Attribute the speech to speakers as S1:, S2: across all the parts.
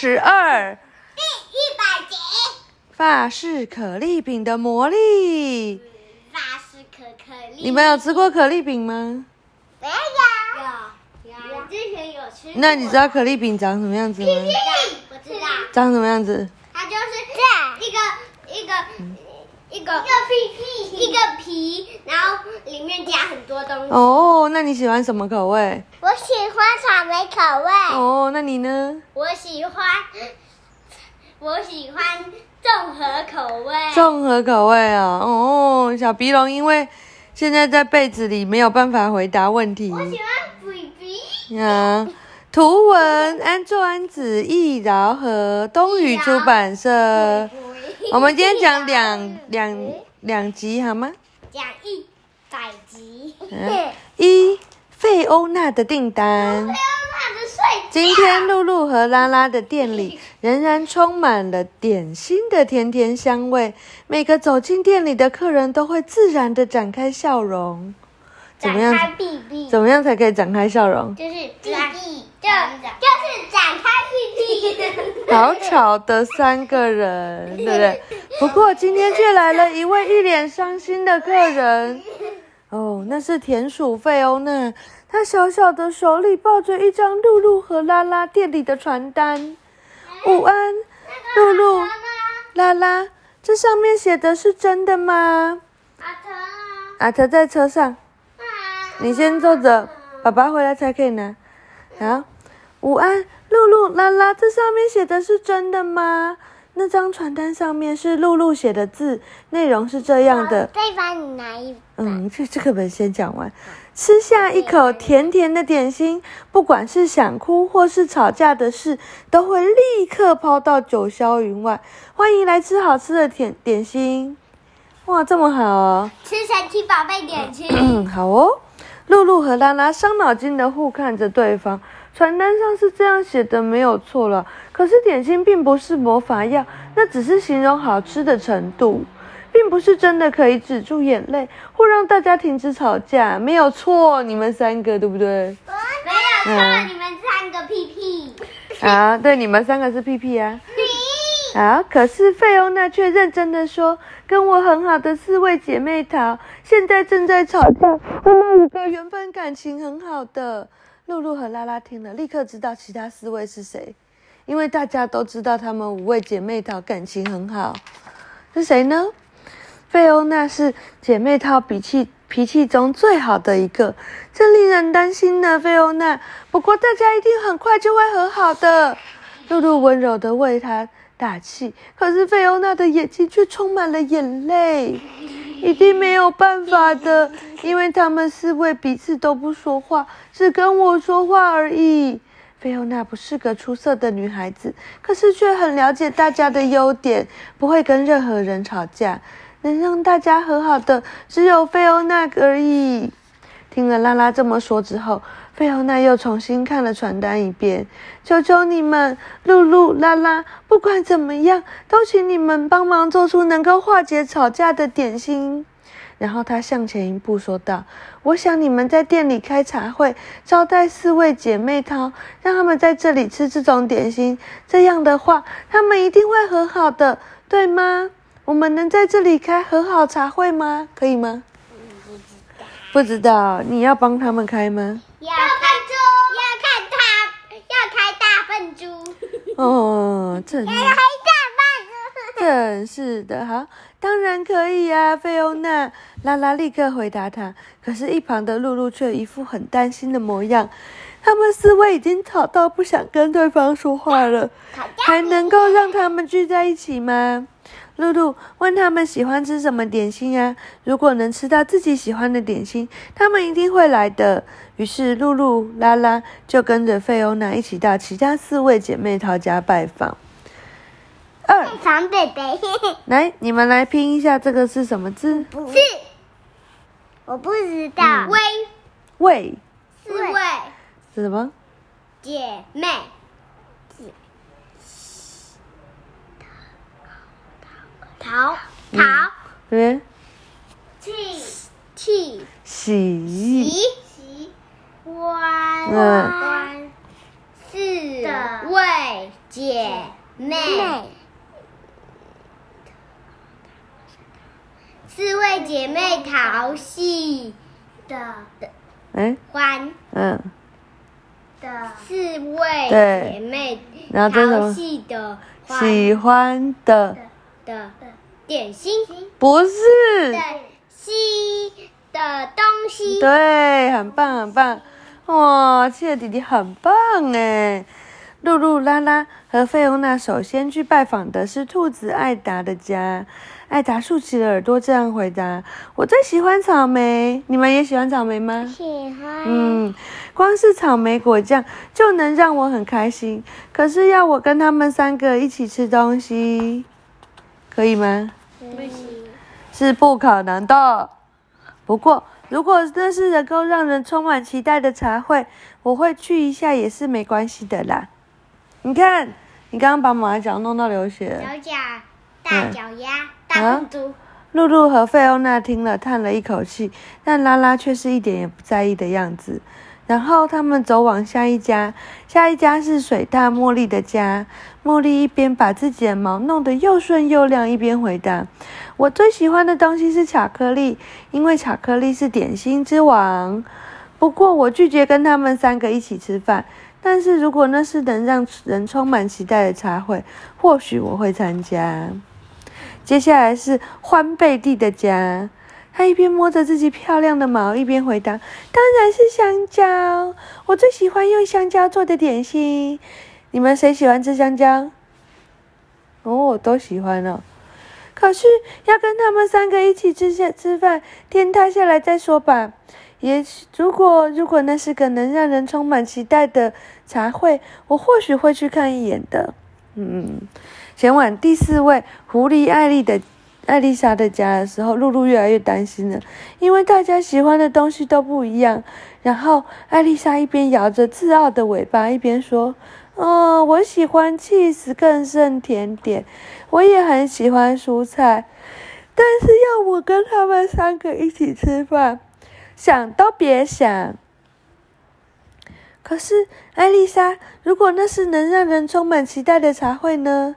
S1: 十二
S2: 第一百集，
S1: 法式可丽饼的魔力。
S2: 法式可可丽。
S1: 你们有吃过可丽饼吗？
S2: 没有？有有，我之前有吃过。
S1: 那你知道可丽饼长什么样子吗？
S2: 我知道，
S1: 长什么样子？
S2: 它就是这一个一个一个一个皮一个皮，然后里面加很多东西。
S1: 哦，那你喜欢什么口味？
S2: 我喜欢草莓口味。
S1: 哦，那你呢？
S2: 我喜欢，我喜欢综合口味。
S1: 综合口味啊。哦，小鼻龙因为现在在被子里没有办法回答问题。
S2: 我喜欢 BB。
S1: 啊，图文安作安子易饶和东宇出版社。呃 我们今天讲两两两集好吗？
S2: 讲一百集。
S1: 嗯 一费欧娜的订单。
S2: 他的睡
S1: 今天露露和拉拉的店里仍然充满了点心的甜甜香味，每个走进店里的客人都会自然的展开笑容。怎么样？
S2: 闭闭，
S1: 怎么样才可以展开笑容？
S2: 就是闭闭，就就是展开闭闭。
S1: 好吵的三个人，对不对？不过今天却来了一位一脸伤心的客人。哦，那是田鼠费欧娜，她小小的手里抱着一张露露和拉拉店里的传单。午安，露露。拉拉，这上面写的是真的吗？
S2: 阿腾啊，
S1: 阿特在车上，你先坐着，爸爸回来才可以拿。好，午安，露露、拉拉，这上面写的是真的吗？那张传单上面是露露写的字，内容是这样的。
S2: 再帮你拿哦一，
S1: 嗯，这这课本先讲完。吃下一口甜甜的点心，不管是想哭或是吵架的事，都会立刻抛到九霄云外。欢迎来吃好吃的甜点心！哇，这么好、哦。
S2: 吃神奇宝贝点心。
S1: 嗯，好哦。露露和拉拉伤脑筋的互看着对方。传单上是这样写的，没有错了。可是点心并不是魔法药，那只是形容好吃的程度，并不是真的可以止住眼泪或让大家停止吵架。没有错，你们三个对不对？
S2: 没有错，你们三个屁屁。
S1: 啊，对，你们三个是屁屁啊。
S2: 屁。
S1: 啊！可是费欧娜却认真的说：“跟我很好的四位姐妹淘，现在正在吵架。我们五个原本感情很好的。”露露和拉拉听了，立刻知道其他四位是谁，因为大家都知道她们五位姐妹淘感情很好。是谁呢？费欧娜是姐妹淘脾气脾气中最好的一个，这令人担心呢，费欧娜。不过大家一定很快就会和好的。露露温柔地为她打气，可是费欧娜的眼睛却充满了眼泪。一定没有办法的，因为他们四位彼此都不说话，只跟我说话而已。菲欧娜不是个出色的女孩子，可是却很了解大家的优点，不会跟任何人吵架。能让大家和好的只有菲欧娜而已。听了拉拉这么说之后，费欧娜又重新看了传单一遍。求求你们，露露、拉拉，不管怎么样，都请你们帮忙做出能够化解吵架的点心。然后她向前一步说道：“我想你们在店里开茶会，招待四位姐妹淘，让她们在这里吃这种点心。这样的话，她们一定会和好的，对吗？我们能在这里开和好茶会吗？可以吗？”不知道，你要帮他们开吗？
S2: 要看猪，要看它，要开大笨猪。
S1: 哦，真
S2: 开大笨猪。
S1: 真是的，好，当然可以啊，菲欧娜。拉拉立刻回答他，可是，一旁的露露却一副很担心的模样。他们四位已经吵到不想跟对方说话了，
S2: 吵架
S1: 还能够让他们聚在一起吗？露露问他们喜欢吃什么点心啊？如果能吃到自己喜欢的点心，他们一定会来的。于是露露、拉拉就跟着费欧娜一起到其他四位姐妹淘家拜访。二，
S2: 长贝贝。
S1: 来，你们来拼一下这个是什么字？
S2: 是，我不知道。微
S1: 喂，
S2: 四位
S1: 是什么？
S2: 姐妹，桃桃
S1: 这边
S2: 气气
S1: 喜
S2: 喜喜弯
S1: 嗯
S2: 弯四位姐妹，四位姐妹淘戏的
S1: 哎，
S2: 欢
S1: 嗯，
S2: 的四位
S1: 对
S2: 姐妹
S1: 然后这是什
S2: 淘
S1: 么
S2: 戏的欢
S1: 喜欢的
S2: 的点心的
S1: 不是，
S2: 西的东西，
S1: 对，很棒很棒，哇，企鹅弟弟很棒哎。露露、拉拉和费欧娜首先去拜访的是兔子艾达的家。艾达竖起了耳朵，这样回答：“我最喜欢草莓，你们也喜欢草莓吗？”
S2: 喜欢
S1: 嗯，光是草莓果酱就能让我很开心。可是要我跟他们三个一起吃东西，可以吗？
S2: 嗯
S1: 是不可能的。不过，如果那是能够让人充满期待的茶会，我会去一下也是没关系的啦。你看，你刚刚把马脚弄到流血了。
S2: 小脚大
S1: 嗯
S2: 脚丫大公猪，
S1: 露露和费欧娜听了，叹了一口气，但拉拉却是一点也不在意的样子。然后他们走往下一家，下一家是水獭茉莉的家。茉莉一边把自己的毛弄得又顺又亮，一边回答：“我最喜欢的东西是巧克力，因为巧克力是点心之王。不过我拒绝跟他们三个一起吃饭。但是如果那是能让人充满期待的茶会，或许我会参加。”接下来是欢贝蒂的家，她一边摸着自己漂亮的毛，一边回答：“当然是香蕉，我最喜欢用香蕉做的点心。你们谁喜欢吃香蕉？哦，我都喜欢哦。可是要跟他们三个一起吃下吃饭，天塌下来再说吧。也许如果如果那是个能让人充满期待的茶会，我或许会去看一眼的。嗯。”前往第四位狐狸艾丽的艾丽莎的家的时候，露露越来越担心了，因为大家喜欢的东西都不一样。然后艾丽莎一边摇着自傲的尾巴，一边说：“嗯，我喜欢 cheese 更胜甜点，我也很喜欢蔬菜，但是要我跟他们三个一起吃饭，想都别想。”可是，艾丽莎，如果那是能让人充满期待的茶会呢？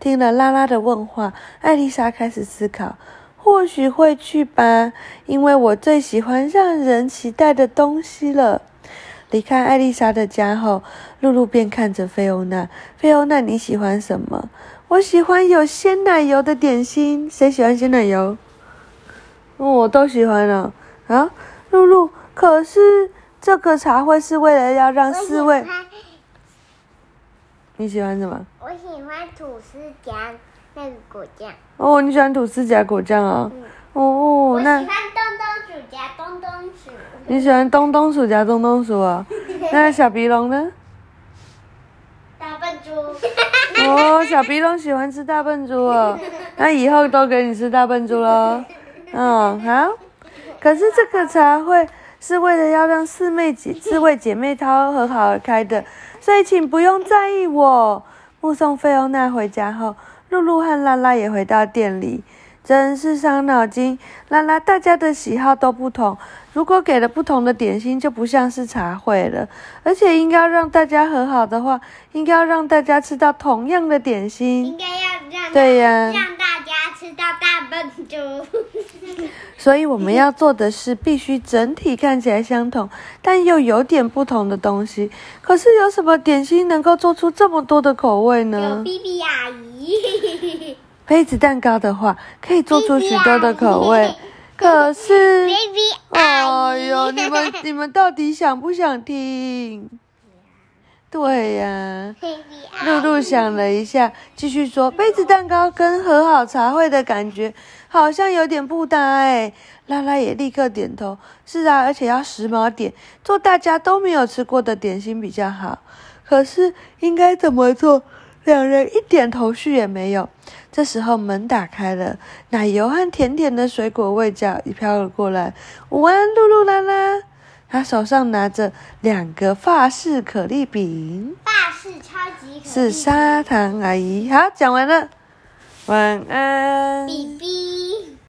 S1: 听了拉拉的问话，艾丽莎开始思考，或许会去吧，因为我最喜欢让人期待的东西了。离开艾丽莎的家后，露露便看着菲欧娜。菲欧娜，你喜欢什么？我喜欢有鲜奶油的点心。谁喜欢鲜奶油？哦，我都喜欢了啊！露露，可是这个茶会是为了要让啊四位你喜欢什么？
S2: 我喜欢吐司夹那个果酱，
S1: 哦，你喜欢吐司夹果酱啊、哦？哦，那
S2: 东东薯夹东东薯，
S1: 你喜欢东东薯夹东东薯啊、那小鼻龙呢？
S2: 大笨 猪，
S1: 哦，小鼻龙喜欢吃大笨猪哦，那以后都给你吃大笨猪喽。嗯，好。 可是这个茶会是为了要让四妹姐、四位姐妹淘和好而开的，所以请不用在意我。目送菲欧娜回家后，露露和拉拉也回到店里。真是伤脑筋，拉拉，大家的喜好都不同，如果给了不同的点心，就不像是茶会了。而且应该要让大家和好的话，应该要让大家吃到同样的点
S2: 应
S1: 心。
S2: 该要让
S1: 对呀
S2: 让大家吃到大笨猪，
S1: 所以我们要做的是，必须整体看起来相同，但又有点不同的东西。可是有什么点心能够做出这么多的口味
S2: 有
S1: 呢？
S2: B B 阿 姨
S1: 杯子蛋糕的话，可以做出许多的口味。可是，
S2: ，B B 阿
S1: 哎
S2: 姨，
S1: 呦，你 们你们到底想不想听？对呀、
S2: B B
S1: 露
S2: 阿
S1: 露想了一下，继续说：“杯子蛋糕跟和好茶会的感觉好像有点不搭哎。”拉拉也立刻点头：“是啊，而且要时髦点，做大家都没有吃过的点心比较好。可是应该怎么做？”两人一点头绪也没有。这时候门打开了，奶油和甜甜的水果味角已飘了过来。午安，露露拉拉。她手上拿着两个法式可丽饼。
S2: 爸是超级可
S1: 是
S2: 丽
S1: 砂糖阿姨。好，讲完了，晚安。
S2: 比